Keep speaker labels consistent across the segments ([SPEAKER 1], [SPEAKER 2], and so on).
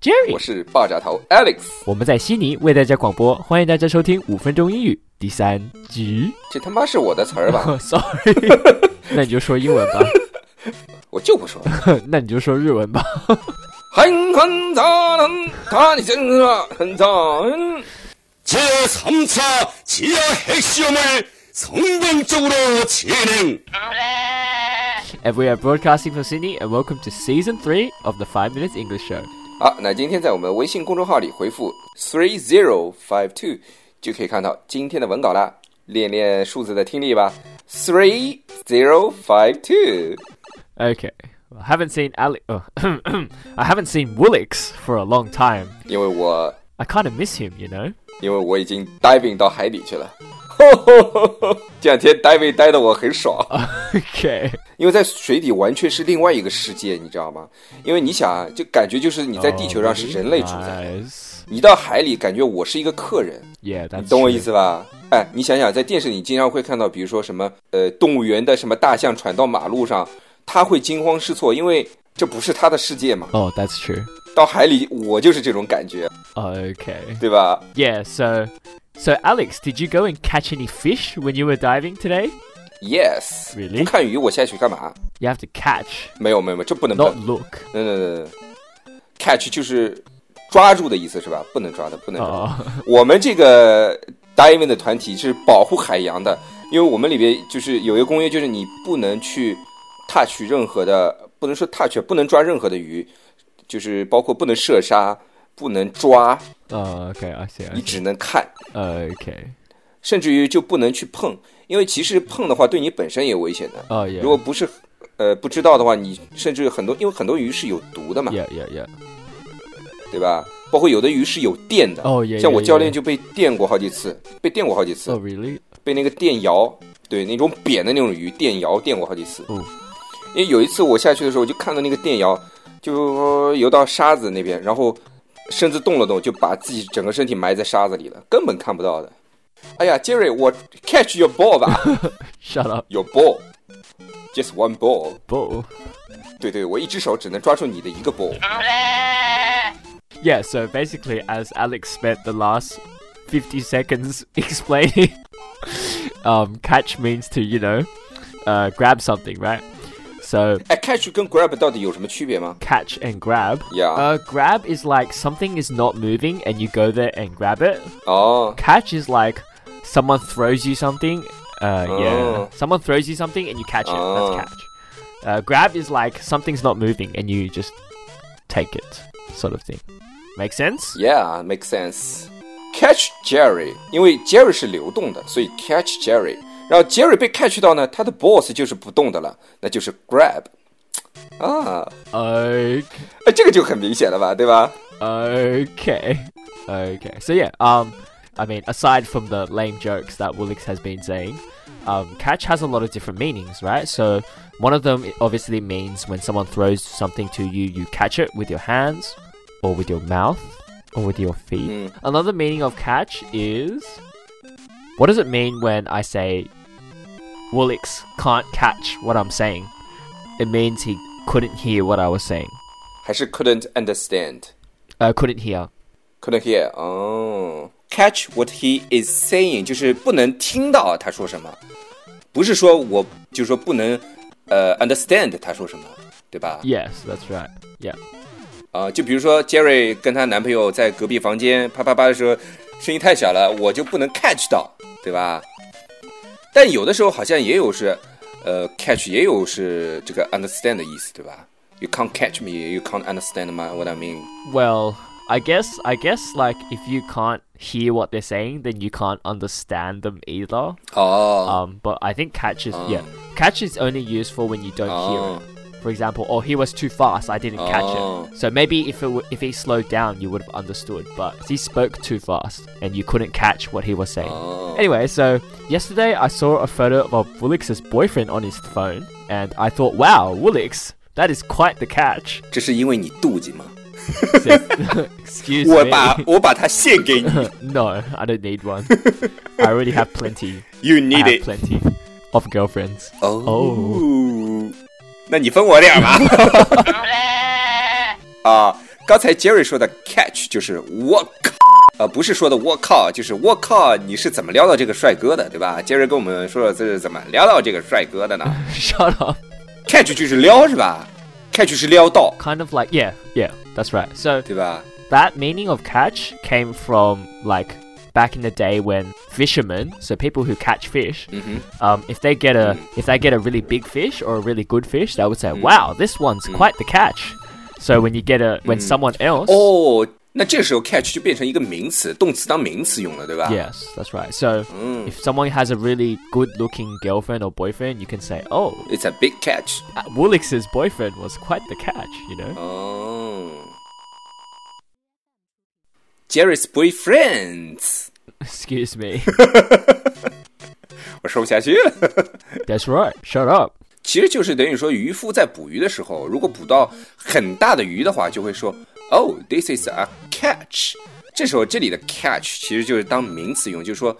[SPEAKER 1] Jerry。
[SPEAKER 2] 是爆炸头 Alex。
[SPEAKER 1] 我们在悉尼为大家广播，欢迎大家收听五分钟英语第三集。
[SPEAKER 2] 这他妈是我的词儿吧？
[SPEAKER 1] 哦 Sorry，那 你就说英文吧，
[SPEAKER 2] 我就不说。
[SPEAKER 1] 那你就说日文吧。
[SPEAKER 2] 很很早能，他的身上很早。
[SPEAKER 3] 제 3차 지하 핵시험을 성공적으로 진행.
[SPEAKER 1] And we are broadcasting from Sydney, and welcome to season three of the Five Minutes English Show。
[SPEAKER 2] 好，那今天在我们微信公众号里回复 three zero five two，就可以看到今天的文稿啦。练练数字的听力吧，three zero five two。
[SPEAKER 1] Okay, I haven't seen Ali. Oh, I haven't seen Woolix for a long time.
[SPEAKER 2] 因为我
[SPEAKER 1] I kind of miss him, you know.
[SPEAKER 2] 因为我已经 diving 到海底去了， 这两天 diving 待的我很爽，
[SPEAKER 1] Okay.
[SPEAKER 2] 因为在水底完全是另外一个世界，你知道吗？因为你想啊，就感觉就是你在地球上
[SPEAKER 1] 哦
[SPEAKER 2] 是人类主宰的，
[SPEAKER 1] Nice.
[SPEAKER 2] 你到海里感觉我是一个客人。
[SPEAKER 1] Yeah,
[SPEAKER 2] 你
[SPEAKER 1] that's.
[SPEAKER 2] 懂我
[SPEAKER 1] true.
[SPEAKER 2] 意思吧？哎，你想想，在电视里经常会看到，比如说什么呃，动物园的什么大象传到马路上，他会惊慌失措，因为这不是他的世界嘛。
[SPEAKER 1] Oh, that's true.
[SPEAKER 2] 到海里，我就是这种感觉，
[SPEAKER 1] Okay.
[SPEAKER 2] 对吧？
[SPEAKER 1] Yeah, so so Alex, did you go and catch any fish when you were diving today?
[SPEAKER 2] Yes，
[SPEAKER 1] Really？
[SPEAKER 2] 不看鱼我下去干嘛？
[SPEAKER 1] You have to catch,
[SPEAKER 2] 没有没有，没有这不能碰
[SPEAKER 1] not。look.
[SPEAKER 2] 嗯嗯嗯，catch 就是抓住的意思是吧？不能抓的，不能抓的。
[SPEAKER 1] Oh,
[SPEAKER 2] 我们这个 diving 的团体是保护海洋的，因为我们里边就是有一个公约，就是你不能去 touch 任何的，不能说 touch，不能抓任何的鱼，就是包括不能射杀，不能抓，
[SPEAKER 1] oh okay, I see. I
[SPEAKER 2] 你
[SPEAKER 1] see.
[SPEAKER 2] 只能看，
[SPEAKER 1] Okay.
[SPEAKER 2] 甚至于就不能去碰，因为其实碰的话对你本身也危险的。
[SPEAKER 1] Oh yeah.
[SPEAKER 2] 如果不是呃不知道的话，你甚至很多，因为很多鱼是有毒的嘛，
[SPEAKER 1] Yeah, yeah, yeah.
[SPEAKER 2] 对吧？包括有的鱼是有电的，
[SPEAKER 1] 哦也
[SPEAKER 2] 像我
[SPEAKER 1] 也
[SPEAKER 2] 教练
[SPEAKER 1] 也
[SPEAKER 2] 就被电过好几次，被电过好几次
[SPEAKER 1] Oh。really?
[SPEAKER 2] 被那个电摇，对，那种扁的那种鱼电摇电过好几次。
[SPEAKER 1] 哦
[SPEAKER 2] 因为有一次我下去的时候，我就看到那个电摇就呃游到沙子那边，然后身子动了动，就把自己整个身体埋在沙子里了，根本看不到的。哎呀，Jerry，我 catch your ball 吧
[SPEAKER 1] Shut up,
[SPEAKER 2] ，your ball，just one ball。
[SPEAKER 1] bull.
[SPEAKER 2] 对对，我一只手只能抓住你的一个 ball。
[SPEAKER 1] Yeah, so basically, as Alex spent the last 50 seconds explaining, um, catch means to, you know, uh, grab something, right? So
[SPEAKER 2] 哎，catch 跟 grab 到底有什么区别吗
[SPEAKER 1] catch and grab.
[SPEAKER 2] ？Yeah，
[SPEAKER 1] Uh, grab is like something is not moving and you go there and grab it.
[SPEAKER 2] 哦
[SPEAKER 1] Catch is like someone throws you something. Uh,
[SPEAKER 2] Oh.
[SPEAKER 1] Yeah. Someone throws you something and you catch it.
[SPEAKER 2] Oh.
[SPEAKER 1] That's catch. Uh, grab is like something's not moving and you just take it, sort of thing. Make sense?
[SPEAKER 2] ，Yeah，make sense。Catch Jerry，因为 Jerry 是流动的，所以 Catch Jerry。然后 Jerry 被 catch 到呢，他的 boss 就是不动的了，那就是 grab。啊，
[SPEAKER 1] Okay.
[SPEAKER 2] 哎，这个就很明显了吧，对吧？
[SPEAKER 1] Okay. Okay. So yeah, um I mean aside from the lame jokes that Woolix has been saying, um catch has a lot of different meanings, right? So one of them obviously means when someone throws something to you, you catch it with your hands or with your mouth or with your feet.
[SPEAKER 2] 嗯
[SPEAKER 1] Another meaning of catch is what does it mean when I say Woolix can't catch what I'm saying? It means he couldn't hear what I was saying.
[SPEAKER 2] 还是 couldn't understand，couldn't
[SPEAKER 1] Uh, couldn't hear.
[SPEAKER 2] hear。哦，catch what he is saying，就是不能听到他说什么，不是说我就是说不能呃 understand 他说什么，对吧？
[SPEAKER 1] Yes, that's right. Yeah.
[SPEAKER 2] 啊、就比如说 Jerry 跟她男朋友在隔壁房间啪啪啪的时候，声音太小了，我就不能 catch 到，对吧？但有的时候好像也有是，呃，catch 也有是这个 understand 的意思，对吧？You can't catch me, you can't understand my what I mean。
[SPEAKER 1] Well, I guess I guess like if you can't hear what they're saying, then you can't understand them either.
[SPEAKER 2] 哦
[SPEAKER 1] Um, but I think catch is yeah, catch is only useful when you don't
[SPEAKER 2] Oh.
[SPEAKER 1] hear it. For example, or he was too fast, I didn't
[SPEAKER 2] Oh.
[SPEAKER 1] catch it. So maybe if it w- if he slowed down, you would have understood. But he spoke too fast, and you couldn't catch what he was saying.
[SPEAKER 2] Oh.
[SPEAKER 1] Anyway, so yesterday I saw a photo of Woolix's boyfriend on his phone, and I thought, wow, Woolix, that is quite the catch.
[SPEAKER 2] 这是因为你妒忌吗？
[SPEAKER 1] Excuse
[SPEAKER 2] 我
[SPEAKER 1] me.
[SPEAKER 2] 把我把它献给你
[SPEAKER 1] no, I don't need one. I already have plenty.
[SPEAKER 2] ，You
[SPEAKER 1] I have
[SPEAKER 2] need it。
[SPEAKER 1] plenty of girlfriends.
[SPEAKER 2] 哦，那你分我点儿吧。啊，刚才 Jerry 说的 catch 就是我靠，呃，不是说的我靠，就是我靠，你是怎么撩到这个帅哥的，对吧？Jerry 跟我们说说这是怎么撩到这个帅哥的呢
[SPEAKER 1] Shut up.
[SPEAKER 2] ？catch 就是撩是吧？catch 是撩到，
[SPEAKER 1] Kind of like yeah, yeah, that's right. So
[SPEAKER 2] 对吧？
[SPEAKER 1] that meaning of catch came from like back in the day when fishermen, so people who catch fish,
[SPEAKER 2] Mm-hmm.
[SPEAKER 1] um, if they get a
[SPEAKER 2] Mm.
[SPEAKER 1] if they get a really big fish or a really good fish, they would say, "Wow, this one's
[SPEAKER 2] Mm.
[SPEAKER 1] quite the catch." So when you get a when someone else
[SPEAKER 2] 哦，那这时候 catch 就变成一个名词，动词当名词用了，对吧嗯
[SPEAKER 1] Yes, that's right. So if someone has a really good-looking girlfriend or boyfriend, you can say, "Oh,
[SPEAKER 2] It's a big catch。
[SPEAKER 1] uh, Woolix's boyfriend was quite the catch," you know.
[SPEAKER 2] 哦，Jerry's boyfriends。
[SPEAKER 1] Excuse me.
[SPEAKER 2] 我说不下去了。
[SPEAKER 1] that's right. Shut up.
[SPEAKER 2] 其实就是等于说，渔夫在捕鱼的时候，如果捕到很大的鱼的话，就会说，Oh, this is a catch。这时候这里的 catch 其实就是当名词用，就是说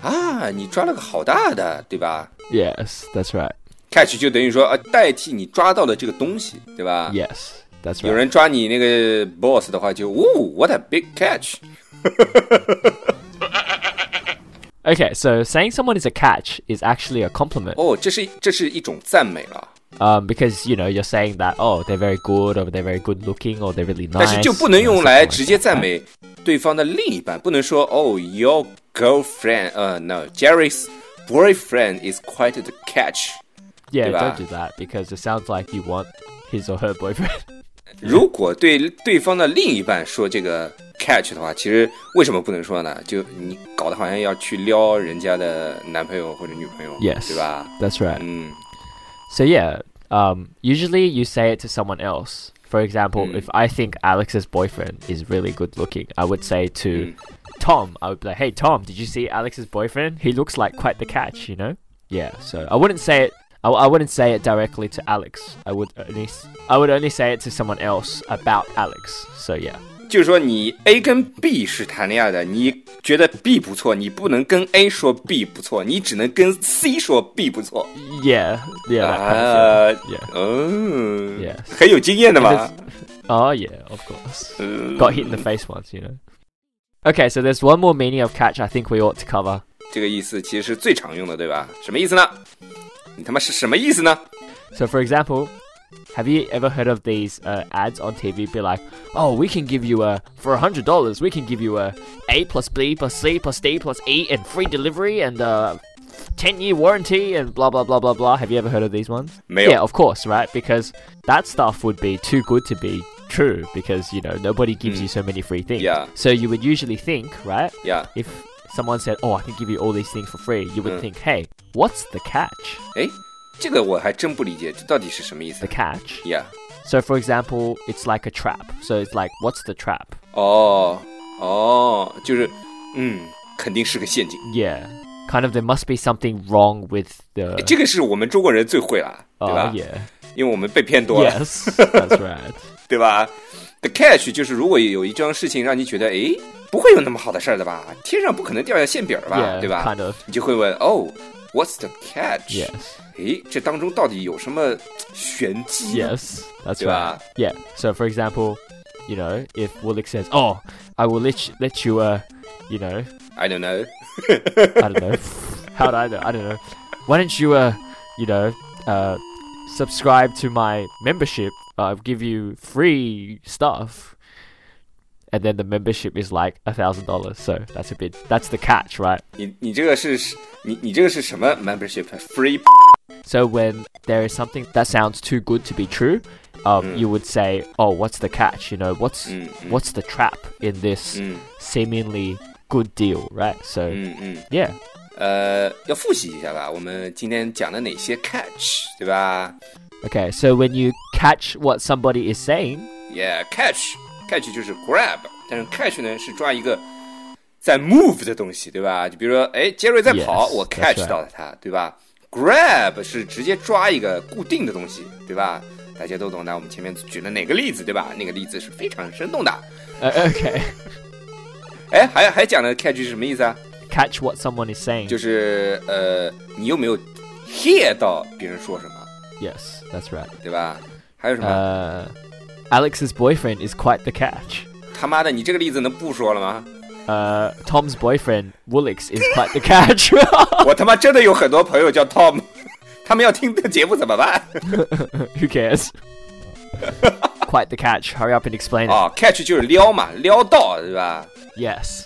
[SPEAKER 2] 啊，你抓了个好大的，对吧
[SPEAKER 1] Yes, that's right.
[SPEAKER 2] ？catch 就等于说啊，代替你抓到的这个东西，对吧
[SPEAKER 1] Yes, that's
[SPEAKER 2] 有
[SPEAKER 1] right.
[SPEAKER 2] 人抓你那个 boss 的话就，哦，what a big catch！
[SPEAKER 1] Okay, so saying someone is a catch is actually a compliment.
[SPEAKER 2] 哦，这是这是一种赞美了。
[SPEAKER 1] Um, because you know you're saying that oh they're very good or they're very good looking or they're really
[SPEAKER 2] 但
[SPEAKER 1] nice.
[SPEAKER 2] 是就不
[SPEAKER 1] you
[SPEAKER 2] 能
[SPEAKER 1] know,
[SPEAKER 2] 用来
[SPEAKER 1] something like
[SPEAKER 2] 直接
[SPEAKER 1] that.
[SPEAKER 2] 赞美对方的另一半，不能说哦、y o u r girlfriend，呃、no，Jerry's boyfriend is quite the catch。
[SPEAKER 1] Yeah,
[SPEAKER 2] Right.
[SPEAKER 1] don't do that because it sounds like you want his or her boyfriend.
[SPEAKER 2] 如果对对方的另一半说这个 catch 的话，其实为什么不能说呢？就你搞得好像要去撩人家的男朋友或者女朋友
[SPEAKER 1] Yes.
[SPEAKER 2] 对吧？
[SPEAKER 1] That's right.
[SPEAKER 2] 嗯
[SPEAKER 1] So yeah, um, usually you say it to someone else. For example, if I think Alex's boyfriend is really good looking, I would say to
[SPEAKER 2] Hmm.
[SPEAKER 1] Tom, I would be like, "Hey Tom, did you see Alex's boyfriend? He looks like quite the catch, you know?" Yeah. So I wouldn't say it. I, I wouldn't say it directly to Alex. I would only s- I would only say it to someone else about Alex. So yeah.
[SPEAKER 2] 就是说你 A 跟 B 是谈恋爱的，你觉得 B 不错，你不能跟 A 说 B 不错，你只能跟 C 说 B 不错。
[SPEAKER 1] Yeah. Yeah. That kind of
[SPEAKER 2] 啊
[SPEAKER 1] feeling. yeah.
[SPEAKER 2] 嗯
[SPEAKER 1] Yes.
[SPEAKER 2] 很有经验的嘛嗯
[SPEAKER 1] Because-。Oh yeah, of course. Got hit in the face once, you know. Okay, so there's one more meaning of catch I think we ought to cover.
[SPEAKER 2] 这个意思其实是最常用的，对吧？什么意思呢？你他妈是什么意思呢？
[SPEAKER 1] So for example, have you ever heard of these uh, ads on TV be like, "Oh, we can give you a for hundred dollars, we can give you a A plus B plus C plus D plus E and free delivery and uh, ten year warranty and blah blah blah blah blah." Have you ever heard of these ones?
[SPEAKER 2] Mail.
[SPEAKER 1] Yeah, of course, right? Because that stuff would be too good to be true because you know nobody gives you so many free things.
[SPEAKER 2] Yeah.
[SPEAKER 1] So you would usually think, right?
[SPEAKER 2] Yeah.
[SPEAKER 1] If someone said, "Oh, I can give you all these things for free," you would think, "Hey, what's the catch?
[SPEAKER 2] 哎，这个我还真不理解，这到底是什么意思
[SPEAKER 1] The catch?"
[SPEAKER 2] ？Yeah，
[SPEAKER 1] So, for example, it's like a trap. So it's like, what's the trap?
[SPEAKER 2] 哦哦，就是，嗯，肯定是个陷阱。
[SPEAKER 1] Yeah, kind of. There must be something wrong with the.
[SPEAKER 2] 这个是我们中国人最会了，对
[SPEAKER 1] Oh
[SPEAKER 2] 吧？
[SPEAKER 1] yeah.
[SPEAKER 2] 因为我们被骗多了
[SPEAKER 1] Yes, that's right.
[SPEAKER 2] 对吧？The catch 就是如果有一桩事情让你觉得，诶，不会有那么好的事儿的吧？天上不可能掉下馅饼儿吧
[SPEAKER 1] Yeah,
[SPEAKER 2] 对吧
[SPEAKER 1] kind of.
[SPEAKER 2] 你就会问，哦，What's the catch？
[SPEAKER 1] Yes,
[SPEAKER 2] 诶，这当中到底有什么玄机呢
[SPEAKER 1] yes, that's
[SPEAKER 2] Do
[SPEAKER 1] right. Yeah. So, for example, you know, if Woolick says, "Oh, I will let you, let you," uh, you know,
[SPEAKER 2] I don't know。
[SPEAKER 1] I don't know. How would I know? I don't know. Why don't you, uh, you know, uh, subscribe to my membership? I'll give you free stuff. And then the membership is like a thousand dollars. So that's a bit. That's the catch, right?
[SPEAKER 2] 你你这个是你你这个是什么 membership free？
[SPEAKER 1] So when there is something that sounds too good to be true, um, you would say, "Oh, what's the catch? You know, what's
[SPEAKER 2] Mm, mm.
[SPEAKER 1] what's the trap in this
[SPEAKER 2] Mm.
[SPEAKER 1] seemingly good deal, right?" So
[SPEAKER 2] 嗯嗯。
[SPEAKER 1] yeah,
[SPEAKER 2] 呃，要复习一下吧。我们今天讲了哪些 catch，对吧
[SPEAKER 1] okay. So when you catch what somebody is saying,
[SPEAKER 2] ？Yeah，catch，catch 就是 grab，但是 catch 呢是抓一个在 move 的东西，对吧？就比如说，哎，杰瑞在跑
[SPEAKER 1] Yes，
[SPEAKER 2] 我
[SPEAKER 1] that's
[SPEAKER 2] catch
[SPEAKER 1] right
[SPEAKER 2] 到了他，对吧？grab 是直接抓一个固定的东西，对吧？大家都懂的。我们前面举了哪个例子，对吧？那个例子是非常生动的。
[SPEAKER 1] uh, okay,
[SPEAKER 2] 哎，还还讲了 catch 是什么意思啊？
[SPEAKER 1] catch what someone is saying.
[SPEAKER 2] 就是呃，你有没有 hear 到别人说什么，
[SPEAKER 1] Yes, that's right.
[SPEAKER 2] 对吧？还有什么？
[SPEAKER 1] Uh, Alex's boyfriend is quite the catch.
[SPEAKER 2] 他妈的，你这个例子能不说了吗？
[SPEAKER 1] Uh, Tom's boyfriend Woolix is quite the catch.
[SPEAKER 2] 我他妈真的有很多朋友叫 Tom，他 们要听的节目怎么 办？
[SPEAKER 1] Who cares? quite the catch. Hurry up and explain
[SPEAKER 2] 啊、c a t c h 就是撩嘛，撩到对吧？
[SPEAKER 1] it. Yes.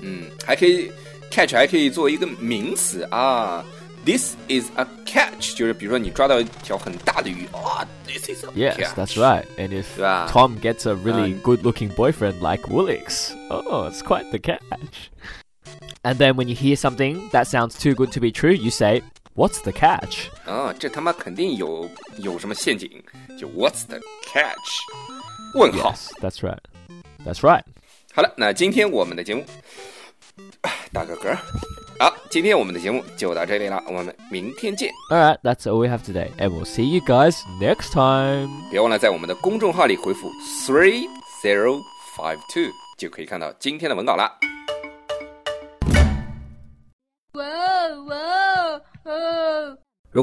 [SPEAKER 2] 嗯，还可以 catch 还可以作为一个名词啊。This is a catch，就是比如说你抓到一条很大的鱼啊、t h i s is a
[SPEAKER 1] Yes,
[SPEAKER 2] catch，
[SPEAKER 1] that's right. And if
[SPEAKER 2] Yeah.
[SPEAKER 1] Tom gets a really
[SPEAKER 2] And-
[SPEAKER 1] good-looking boyfriend like Woolix, oh, it's quite the catch. And then when you hear something that sounds too good to be true, you say, "What's the catch?"
[SPEAKER 2] 啊、这他妈肯定有有什么陷阱，就 What's the catch？问号。
[SPEAKER 1] Yes, that's right. That's right.
[SPEAKER 2] 好了，那今天我们的节目， 啊打个嗝儿。好，今天我们的节目就到这里了，我们明天见。
[SPEAKER 1] All right, that's all we have today, and we'll see you guys next time.
[SPEAKER 2] 别忘了在我们的公众号里回复 three zero five two 就可以看到今天的文稿啦。
[SPEAKER 4] Whoa, whoa, oh.
[SPEAKER 5] 如